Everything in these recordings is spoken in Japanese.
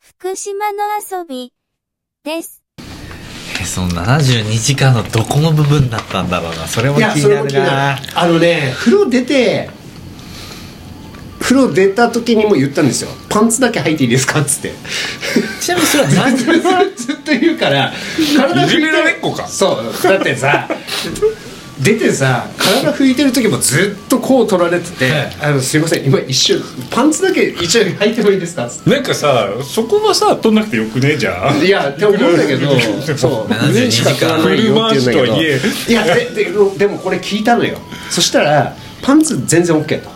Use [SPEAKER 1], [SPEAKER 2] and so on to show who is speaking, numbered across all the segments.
[SPEAKER 1] 福島の遊びです。
[SPEAKER 2] えその72時間のどこの部分だったんだろうなそれも
[SPEAKER 3] い
[SPEAKER 2] 気
[SPEAKER 3] や、そ
[SPEAKER 2] に
[SPEAKER 3] れ
[SPEAKER 2] な
[SPEAKER 3] も気
[SPEAKER 2] る
[SPEAKER 3] にな
[SPEAKER 2] な
[SPEAKER 3] る。あのね、風呂出て、風呂出た時にも言ったんですよ。パンツだけ履いていいですかっつって。
[SPEAKER 2] ちなみにそれは何時
[SPEAKER 3] ずっと言うから、体
[SPEAKER 4] いじめられっ子か
[SPEAKER 3] そう。だってさ、出てさ、体拭いてる時もずっとこう取られてて、
[SPEAKER 2] はい
[SPEAKER 3] あのすいません、今一瞬、パンツだけ一応履いてもいいですかっつって。
[SPEAKER 4] なんかさそこはさ取んなくてよくねえじゃん
[SPEAKER 3] いやって思うんだ けど、そう、
[SPEAKER 2] 72
[SPEAKER 3] 上しか取らないよって言うんだ
[SPEAKER 4] フル回
[SPEAKER 3] け
[SPEAKER 4] しとは
[SPEAKER 3] ど、いやでででもこれ聞いたのよ。そしたらパンツ全然 OK と、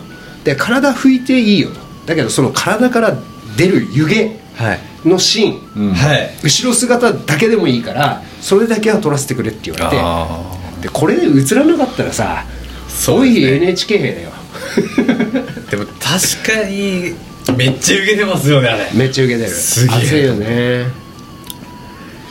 [SPEAKER 3] で体拭いていいよと、だけどその体から出る湯気
[SPEAKER 2] はい
[SPEAKER 3] のシーン、
[SPEAKER 2] はい
[SPEAKER 3] 後ろ姿だけでもいいから、それだけは撮らせてくれって言われ
[SPEAKER 2] あ
[SPEAKER 3] て、でこれで映らなかったらさ、
[SPEAKER 2] そ
[SPEAKER 3] そうう
[SPEAKER 2] ですね
[SPEAKER 3] いう NHK 兵だよ。
[SPEAKER 2] でも確かにめっちゃ受けてますよねあれ
[SPEAKER 3] めっちゃ受けてる
[SPEAKER 2] すげえ
[SPEAKER 3] 熱いよね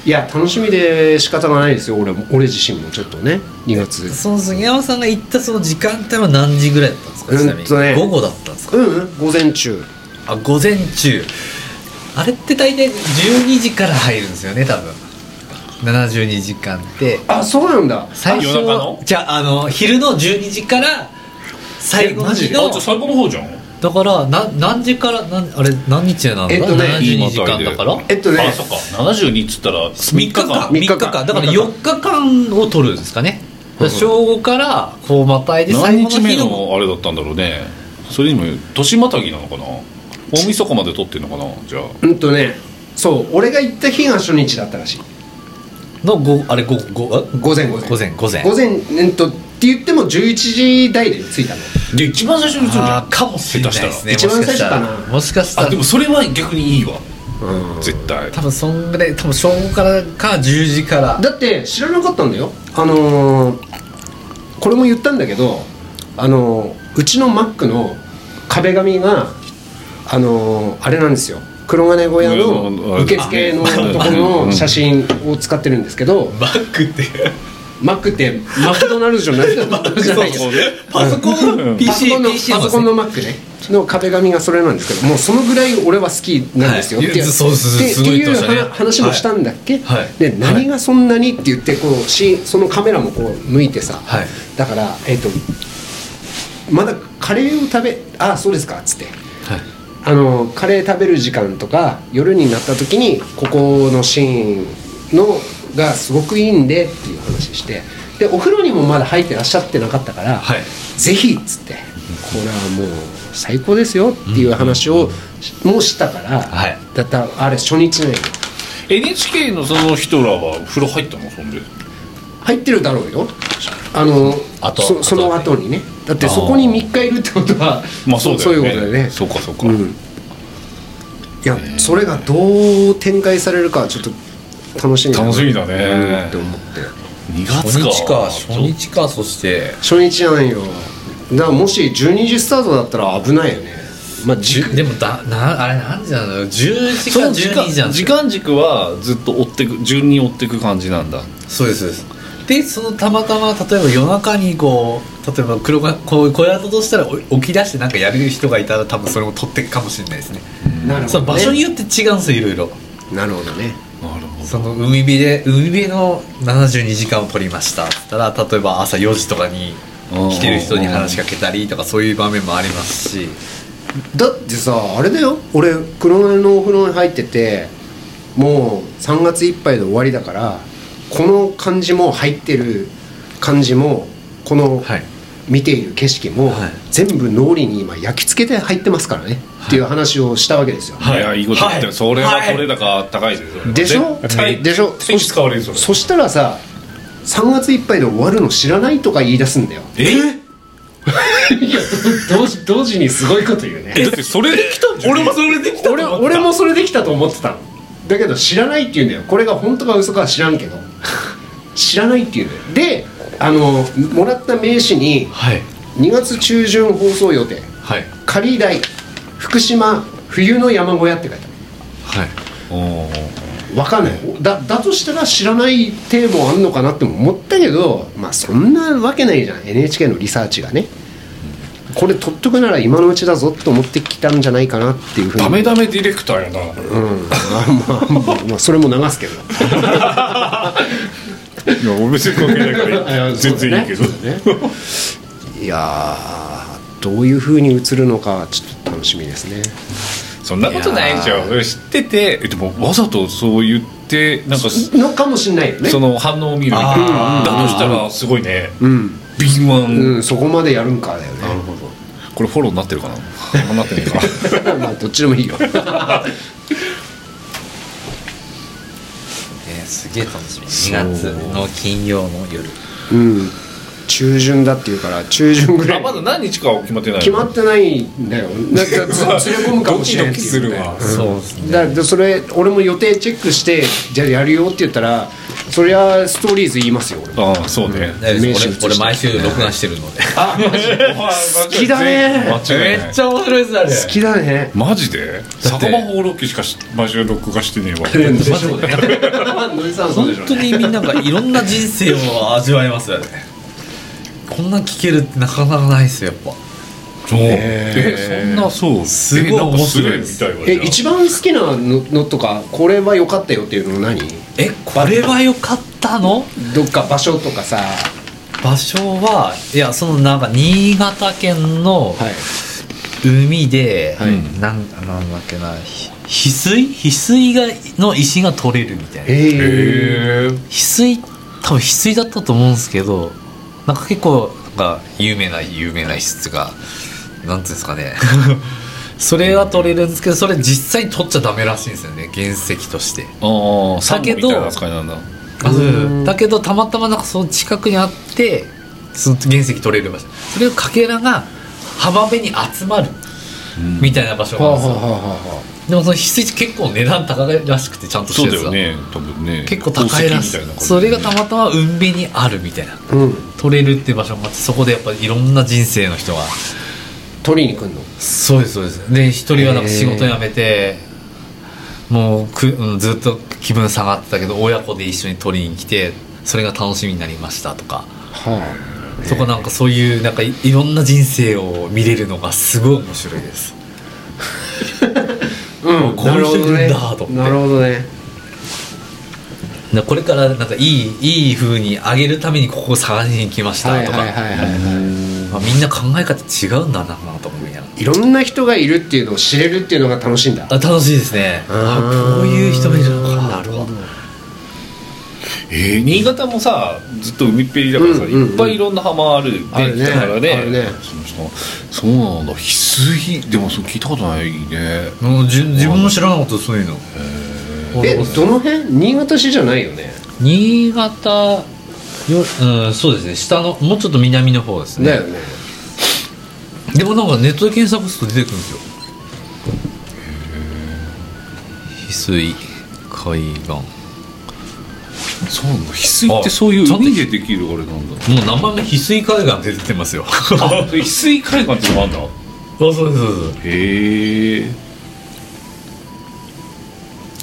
[SPEAKER 3] いや楽しみで仕方がないですよ俺も俺自身もちょっとね2月
[SPEAKER 2] その杉山さんが行ったその時間帯は何時ぐらいだったんですか
[SPEAKER 3] うん
[SPEAKER 2] ちなみに、
[SPEAKER 3] とね
[SPEAKER 2] 午後だったんですか
[SPEAKER 3] うんうん午前中
[SPEAKER 2] あ午前中あれって大体12時から入るんですよね多分72時間って
[SPEAKER 3] あそうなんだ
[SPEAKER 2] 最初
[SPEAKER 4] 夜中の
[SPEAKER 2] じゃああの昼の12時から最後の日
[SPEAKER 4] あ
[SPEAKER 2] の
[SPEAKER 4] じゃあ最後の方じゃん
[SPEAKER 2] だからな何時からなんあれ何日なんだ、
[SPEAKER 3] えっとね
[SPEAKER 2] 72時間だから
[SPEAKER 3] えっとね
[SPEAKER 4] あそっか72っつったら
[SPEAKER 2] 3
[SPEAKER 4] 3
[SPEAKER 2] 日
[SPEAKER 4] 日
[SPEAKER 2] 間
[SPEAKER 4] 間
[SPEAKER 2] 3日間
[SPEAKER 3] 三日間
[SPEAKER 2] だから4日間を取るんですかねだから正午からこうまたいで最
[SPEAKER 4] 何
[SPEAKER 2] 後
[SPEAKER 4] 日
[SPEAKER 2] の
[SPEAKER 4] 目
[SPEAKER 2] 日の
[SPEAKER 4] のあれだったんだろうねそれにも年またぎなのかな大晦日まで撮ってんのかなじゃあ
[SPEAKER 3] うんとねそう俺が行った日が初日だったらしい
[SPEAKER 2] のごあれごごあ
[SPEAKER 3] 午前午前
[SPEAKER 2] 午前午前
[SPEAKER 3] 午前うんとって言っても11時台で着いたの
[SPEAKER 4] で一番最初に映るじゃ
[SPEAKER 2] あ
[SPEAKER 4] ん
[SPEAKER 2] ーかもしれないですね
[SPEAKER 3] 下手したら
[SPEAKER 2] もししたら
[SPEAKER 3] 一番最初かな
[SPEAKER 2] もしかした
[SPEAKER 4] あ
[SPEAKER 2] ら
[SPEAKER 4] でもそれは逆にいいわ絶対
[SPEAKER 2] 多分そんぐらい多分正午からか10時から
[SPEAKER 3] だって知らなかったんだよあのーこれも言ったんだけどあのーうちのマックの壁紙があのーあれなんですよ黒金小屋の受付のところの写真を使ってるんですけど
[SPEAKER 2] バックって
[SPEAKER 3] マックってマクドナルドじゃない マクドじゃないけど
[SPEAKER 2] パソコン
[SPEAKER 3] パソ
[SPEAKER 2] PC
[SPEAKER 3] コンの
[SPEAKER 2] PC
[SPEAKER 3] パソコンのマックねの壁紙がそれなんですけどもうそのぐらい俺は好きなんですよ、
[SPEAKER 2] はい
[SPEAKER 3] ってい
[SPEAKER 2] いやそうそう
[SPEAKER 3] って
[SPEAKER 2] すごい
[SPEAKER 3] って
[SPEAKER 2] 言ってま
[SPEAKER 3] いう
[SPEAKER 2] したね
[SPEAKER 3] 話話もしたんだっけ、
[SPEAKER 2] はい
[SPEAKER 3] で
[SPEAKER 2] はい
[SPEAKER 3] 何がそんなにって言ってこうしそのカメラもこう向いてさ、
[SPEAKER 2] はい
[SPEAKER 3] だから、えっとまだカレーを食べああそうですかっつって
[SPEAKER 2] はい
[SPEAKER 3] あのカレー食べる時間とか夜になった時にここのシーンのがすごくいいんでっていう話してでお風呂にもまだ入ってらっしゃってなかったから、
[SPEAKER 2] はい
[SPEAKER 3] ぜひっつってこれはもう最高ですよっていう話をもうしたから、
[SPEAKER 2] はい
[SPEAKER 3] だったあれ初日ね
[SPEAKER 4] NHK のその人らは風呂入ったのそんで
[SPEAKER 3] 入ってるだろうよあの
[SPEAKER 2] あと
[SPEAKER 3] そその後にねだってそこに3日いるってことは
[SPEAKER 4] まあそうだ
[SPEAKER 3] そ
[SPEAKER 4] よね
[SPEAKER 3] ういうことだよね
[SPEAKER 4] そうかそうか、
[SPEAKER 3] うん、いやそれがどう展開されるかはちょっと楽しみだな
[SPEAKER 4] 楽しみだね
[SPEAKER 3] うんって思って
[SPEAKER 4] 2
[SPEAKER 2] 初
[SPEAKER 4] 月か
[SPEAKER 2] 日か初日かそして
[SPEAKER 3] 初日じゃないよだからもし12時スタートだったら危ないよねまあ
[SPEAKER 2] じ
[SPEAKER 3] じ
[SPEAKER 2] ゅでもだなあれ何時なのよ10時
[SPEAKER 4] そ
[SPEAKER 2] か
[SPEAKER 4] の時
[SPEAKER 2] 12
[SPEAKER 4] 間
[SPEAKER 2] 時じゃん
[SPEAKER 4] 時間軸はずっと追ってく順に追ってく感じなんだ
[SPEAKER 2] そうですそうですでそのたまたま例えば夜中にこう例えば黒がこう小屋としたらお起き出してなんかやる人がいたら多分それも取ってくかもしれないですね
[SPEAKER 3] なる
[SPEAKER 2] そ
[SPEAKER 3] ほ
[SPEAKER 2] の
[SPEAKER 3] ど
[SPEAKER 2] 場所に
[SPEAKER 3] ね
[SPEAKER 2] よって違うんですよいろいろ
[SPEAKER 3] なるほどね
[SPEAKER 4] なるほ
[SPEAKER 2] その海辺で海辺の72時間を取りましたっつったら例えば朝4時とかに来てる人に話しかけたりとかそういう場面もありますし
[SPEAKER 3] だってさあれだよ俺黒金のお風呂に入っててもう3月いっぱいで終わりだからこの感じも入ってる感じもこの
[SPEAKER 2] はい
[SPEAKER 3] 見ている景色も
[SPEAKER 2] はい
[SPEAKER 3] 全部脳裏に今焼き付けて入ってますからねっていう話をしたわけですよ、
[SPEAKER 4] い、やいいこと言ってる、
[SPEAKER 2] はい
[SPEAKER 4] それは取れ高高いですよ
[SPEAKER 3] でしょ
[SPEAKER 4] 絶対
[SPEAKER 3] でしょ
[SPEAKER 4] 絶対使われるそれ
[SPEAKER 3] そしたらさ3月いっぱいで終わるの知らないとか言い出すんだよ
[SPEAKER 4] え
[SPEAKER 3] 同時同時にすごいこと言うね
[SPEAKER 4] えだってそれできたんじゃん
[SPEAKER 2] それでき
[SPEAKER 3] 俺俺もそれできたと思ってたのだけど知らないって言うんだよこれが本当か嘘かは知らんけど知らないって言うんだよであのもらった名刺に
[SPEAKER 2] はい
[SPEAKER 3] 2月中旬放送予定
[SPEAKER 2] はい
[SPEAKER 3] 仮台福島冬の山小屋って書いてあ
[SPEAKER 2] はい
[SPEAKER 4] お
[SPEAKER 3] るわかんないだだとしたら知らないテーマあんのかなっても思ったけどまあそんなわけないじゃん NHK のリサーチがねこれ取っとくなら今のうちだぞと思ってきたんじゃないかなっていうふうに
[SPEAKER 4] ダメダメディレクターやな
[SPEAKER 3] うん、あまあ、まあ、それも流すけど
[SPEAKER 4] いや俺別に関係ないか
[SPEAKER 3] い
[SPEAKER 4] ら
[SPEAKER 3] や
[SPEAKER 4] 全然いいけど
[SPEAKER 3] そうだねそうだねいやーどういうふうに映るのかちょっと楽しみですね
[SPEAKER 4] そんなことないでし
[SPEAKER 3] いや
[SPEAKER 4] ょ
[SPEAKER 3] ー
[SPEAKER 4] それ知っててえでもわざとそう言ってなんか
[SPEAKER 3] のかもしんないよね
[SPEAKER 4] その反応を見るみたい
[SPEAKER 2] あ
[SPEAKER 4] な
[SPEAKER 2] ー
[SPEAKER 4] だとしたらすごいね
[SPEAKER 3] うん、
[SPEAKER 4] 敏
[SPEAKER 3] う
[SPEAKER 4] 腕
[SPEAKER 3] ん、そこまでやるんかだよね
[SPEAKER 4] なるほどこれフォローになってるかなあなってないかな
[SPEAKER 3] まあどっちでもいいよ
[SPEAKER 2] えーすげえ楽しみ2月の金曜の夜
[SPEAKER 3] うん中旬だっていうから中旬ぐら
[SPEAKER 4] あ
[SPEAKER 3] い
[SPEAKER 4] まだ何日かは決まってない
[SPEAKER 3] 決まってないんだよなんかず連れ込むかもしれない
[SPEAKER 4] ドキドキするわ
[SPEAKER 2] そうです
[SPEAKER 3] だからでそれ俺も予定チェックしてじゃあやるよって言ったらそりゃストーリーズ言いますよ俺も
[SPEAKER 4] ああそうね
[SPEAKER 2] 俺
[SPEAKER 3] 名刺移して
[SPEAKER 2] 俺毎週録画してるので
[SPEAKER 4] 好
[SPEAKER 3] きだね
[SPEAKER 4] 間違いない
[SPEAKER 2] ゃ面白いですあれ
[SPEAKER 3] 好きだね
[SPEAKER 4] マジで
[SPEAKER 2] だって
[SPEAKER 4] 酒場放浪記しかし毎週録画してねえわ
[SPEAKER 3] 本
[SPEAKER 2] マジで本当にみんながいろんな人生を味わえますよねこんな聞けるってなかなかないですよやっぱ
[SPEAKER 4] そう
[SPEAKER 3] へー
[SPEAKER 4] えそんなそう
[SPEAKER 2] すごい
[SPEAKER 4] えなんかす
[SPEAKER 2] 面白い
[SPEAKER 4] ごい
[SPEAKER 2] で
[SPEAKER 4] み
[SPEAKER 2] す
[SPEAKER 4] たいわ
[SPEAKER 3] え
[SPEAKER 4] じゃあ
[SPEAKER 3] 一番好きなののとかこれは良かったよっていうの何
[SPEAKER 2] えこれは良かったの
[SPEAKER 3] どっか場所とかさ
[SPEAKER 2] 場所はいやそのなんか新潟県の
[SPEAKER 3] はい
[SPEAKER 2] 海で、
[SPEAKER 3] はい
[SPEAKER 2] なんなんだっけなひ翡翠翡翠がの石が取れるみたいな翡
[SPEAKER 3] へえ
[SPEAKER 4] へー
[SPEAKER 2] 翠多分翡翠だったと思うんですけどなんか結構なんか有名な有名な質がなんていうんですかね それは取れるんですけどそれ実際取っちゃダメらしいんですよね原石として
[SPEAKER 4] ああサンゴみたい
[SPEAKER 2] だけ
[SPEAKER 4] な
[SPEAKER 2] ど
[SPEAKER 4] 扱いなんだ
[SPEAKER 3] うん
[SPEAKER 2] だけどたまたまなんかその近くにあってその原石取れる場所それをかけらが浜辺に集まるみたいな場所
[SPEAKER 3] はあ
[SPEAKER 2] があ
[SPEAKER 3] は
[SPEAKER 2] るんです
[SPEAKER 3] あ
[SPEAKER 2] よ、
[SPEAKER 3] はあは
[SPEAKER 2] でもその翡翠って結構値段高いらしくてちゃんとし
[SPEAKER 4] そ
[SPEAKER 2] て
[SPEAKER 4] うだ
[SPEAKER 2] るやつが、
[SPEAKER 4] よね多分ね
[SPEAKER 2] 結構高いらしい
[SPEAKER 4] 宝石みたな感じ
[SPEAKER 2] それがたまたま海辺にあるみたいな
[SPEAKER 3] あうん
[SPEAKER 2] 取れるっていう場所があってそこでやっぱいろんな人生の人が
[SPEAKER 3] 取りに来んの
[SPEAKER 2] そうですそうですで一人はなんか仕事辞めてもうく、うん、ずっと気分下がってたけど親子で一緒に取りに来てそれが楽しみになりましたとか
[SPEAKER 3] は
[SPEAKER 2] そこなんかそういうなんかいいろんな人生を見れるのがすごい面白いです
[SPEAKER 3] あうん
[SPEAKER 2] こうしてるんだと思って
[SPEAKER 3] なるほどね
[SPEAKER 2] なこれからなんかいいいい風に上げるためにここを探しに来ました
[SPEAKER 3] はい
[SPEAKER 2] と
[SPEAKER 3] は
[SPEAKER 2] か、
[SPEAKER 3] いはいはい
[SPEAKER 2] まあ、みんな考え方違うんだなと思いながら
[SPEAKER 3] いろんな人がいるっていうのを知れるっていうのが楽しいんだ
[SPEAKER 2] あ楽しいですねあこういう人がいるのかなるほど
[SPEAKER 4] えー新潟もさずっと海っぺりだからさ、
[SPEAKER 3] うんうんうん
[SPEAKER 4] いっぱいいろんな浜ある
[SPEAKER 3] あるね
[SPEAKER 4] だからね
[SPEAKER 3] あるね
[SPEAKER 4] その人そうなんだ翡翠でもそれ聞いたことないね
[SPEAKER 2] もうじ自分も知らなかったそういうの
[SPEAKER 3] えどの辺新潟市じゃないよね
[SPEAKER 2] 新潟よ、うん、そうですね下のもうちょっと南の方ですね
[SPEAKER 3] だよね
[SPEAKER 2] でもなんかネットで検索すると出てくるんですよ翡翠海岸も
[SPEAKER 4] そうなんだ翡翠って
[SPEAKER 2] あ
[SPEAKER 4] そうい
[SPEAKER 2] ち
[SPEAKER 4] う
[SPEAKER 2] ゃんと
[SPEAKER 4] 海でできるあれなんだ
[SPEAKER 2] う名前も翡翠海岸って出てます よあ
[SPEAKER 4] あ翡翠海岸ってのもあんだ
[SPEAKER 2] そうですそうです
[SPEAKER 4] へえ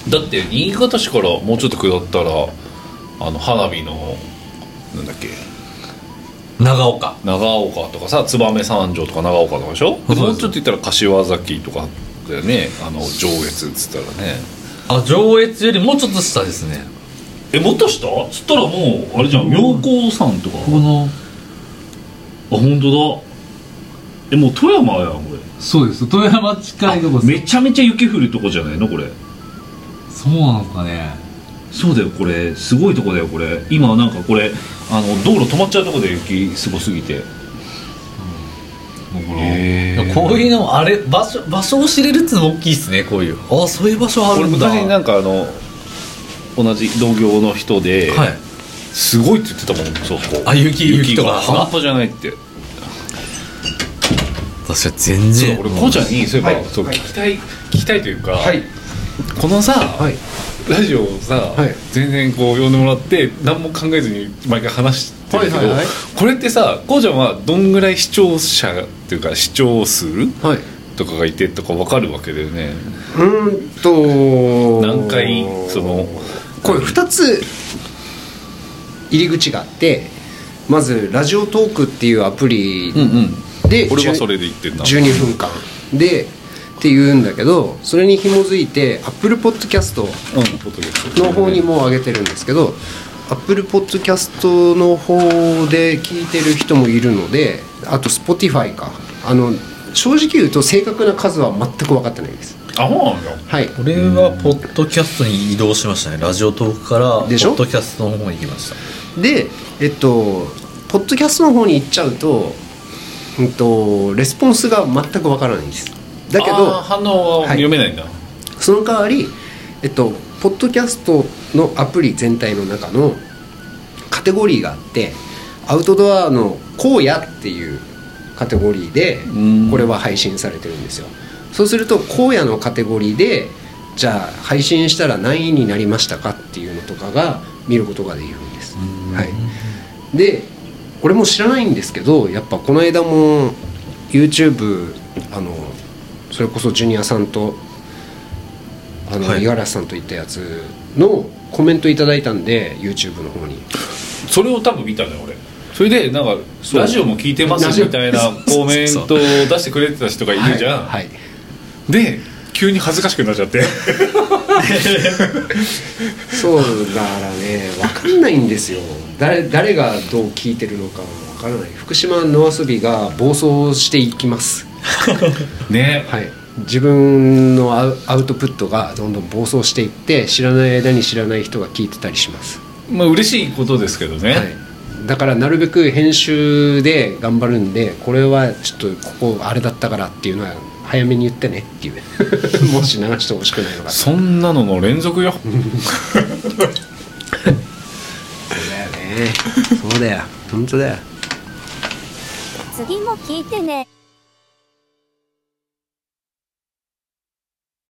[SPEAKER 4] だって新潟市からもうちょっと下ったらあの花火のなんだっけ
[SPEAKER 2] 長岡
[SPEAKER 4] 長岡とかさ燕三条とか長岡とかでしょ
[SPEAKER 2] そうです
[SPEAKER 4] もうちょっと行ったら柏崎とかだよねあの上越っつったらね
[SPEAKER 2] あ上越よりもうちょっと下ですね
[SPEAKER 4] えもっと下っつったらもうあれじゃん妙高山とか
[SPEAKER 2] この
[SPEAKER 4] あ本当だえもう富山やんこれ
[SPEAKER 2] そうです富山近いとこ
[SPEAKER 4] めちゃめちゃ雪降るとこじゃないのこれ
[SPEAKER 2] そうなんですかね
[SPEAKER 4] そうだよこれすごいとこだよこれ今なんかこれあの道路止まっちゃうとこで雪すごすぎてへー
[SPEAKER 2] こういうのあれ場所場所を知れるっていうのも大きいですねこういうあそういう場所あ
[SPEAKER 4] 俺
[SPEAKER 2] るんだ
[SPEAKER 4] 昔なんかあの同じ同業の人で、
[SPEAKER 2] はい
[SPEAKER 4] すごいって言ってたもんそうこ
[SPEAKER 2] あ雪雪とか
[SPEAKER 4] 半端じゃないって
[SPEAKER 2] 私は全
[SPEAKER 4] そう
[SPEAKER 2] 然
[SPEAKER 4] だ俺こうちゃんにそういえば、
[SPEAKER 3] はい
[SPEAKER 4] そう
[SPEAKER 3] はい
[SPEAKER 4] 聞きたい聞きたいというか、
[SPEAKER 3] はい
[SPEAKER 4] このさ、
[SPEAKER 3] はい
[SPEAKER 4] ラジオをさ、
[SPEAKER 3] はい
[SPEAKER 4] 全然こう呼んでもらって何も考えずに毎回話してるけど、
[SPEAKER 3] はいはいはい
[SPEAKER 4] これってさこうちゃんはどんぐらい視聴者っていうか視聴数
[SPEAKER 3] はい
[SPEAKER 4] とかがいてとか分かるわけだよね
[SPEAKER 3] うーんと
[SPEAKER 4] 何回その
[SPEAKER 3] これ2つ入り口があってまずラジオトークっていうアプリ
[SPEAKER 4] うんうん
[SPEAKER 3] で、で
[SPEAKER 5] 俺は
[SPEAKER 3] 10
[SPEAKER 5] それで言ってんな
[SPEAKER 3] 12分間でって言うんだけどそれに紐づいて Apple Podcast
[SPEAKER 4] うんポッドキャスト
[SPEAKER 3] の方にも上げてるんですけど Apple Podcast の方で聞いてる人もいるのであと Spotify かあの正直言うと正確な数は全く分かってないです
[SPEAKER 4] あそうなんだ
[SPEAKER 3] はい
[SPEAKER 2] 俺はポッドキャストに移動しましたねラジオトークからポ
[SPEAKER 3] でしょ
[SPEAKER 2] ッドキャストの方に行きました
[SPEAKER 3] でえっとポッドキャストの方に行っちゃうと、うん、とレスポンスが全く分からないんですだけ
[SPEAKER 4] あー
[SPEAKER 3] ど
[SPEAKER 4] 反応は読めないんだ、
[SPEAKER 3] その代わりえっとポッドキャストのアプリ全体の中のカテゴリーがあってアウトドアの荒野っていうカテゴリーで
[SPEAKER 4] ん
[SPEAKER 3] これは配信されてるんですよそうすると荒野のカテゴリーでじゃあ配信したら何位になりましたかっていうのとかが見ることができるんです、はい、で俺も知らないんですけどやっぱこの間も YouTube あのそれこそジュニアさんとあの
[SPEAKER 2] はい
[SPEAKER 3] 五十嵐さんと行ったやつのコメントいただいたんで YouTube の方に
[SPEAKER 4] それを多分見たのよ俺それでなんか
[SPEAKER 3] う
[SPEAKER 4] ラジオも聞いてますみたいな コメントを出してくれてた人がいるじゃん、
[SPEAKER 3] はい、はい
[SPEAKER 4] で急に恥ずかしくなっちゃって
[SPEAKER 3] そうだからね分かんないんですよ誰誰がどう聞いてるのかも分からない福島の遊びが暴走していきます
[SPEAKER 4] ね
[SPEAKER 3] はい自分のアウアウトプットがどんどん暴走していって知らない間に知らない人が聞いてたりします、
[SPEAKER 4] まあ嬉しいことですけどね、
[SPEAKER 3] はい、だからなるべく編集で頑張るんでこれはちょっとここあれだったからっていうのは早めに言ってねっていうもし流してほしくないのが
[SPEAKER 4] そんなのの連続
[SPEAKER 3] う
[SPEAKER 4] よ
[SPEAKER 3] だよねそうだよ本当だよ
[SPEAKER 1] 次も聞いてね。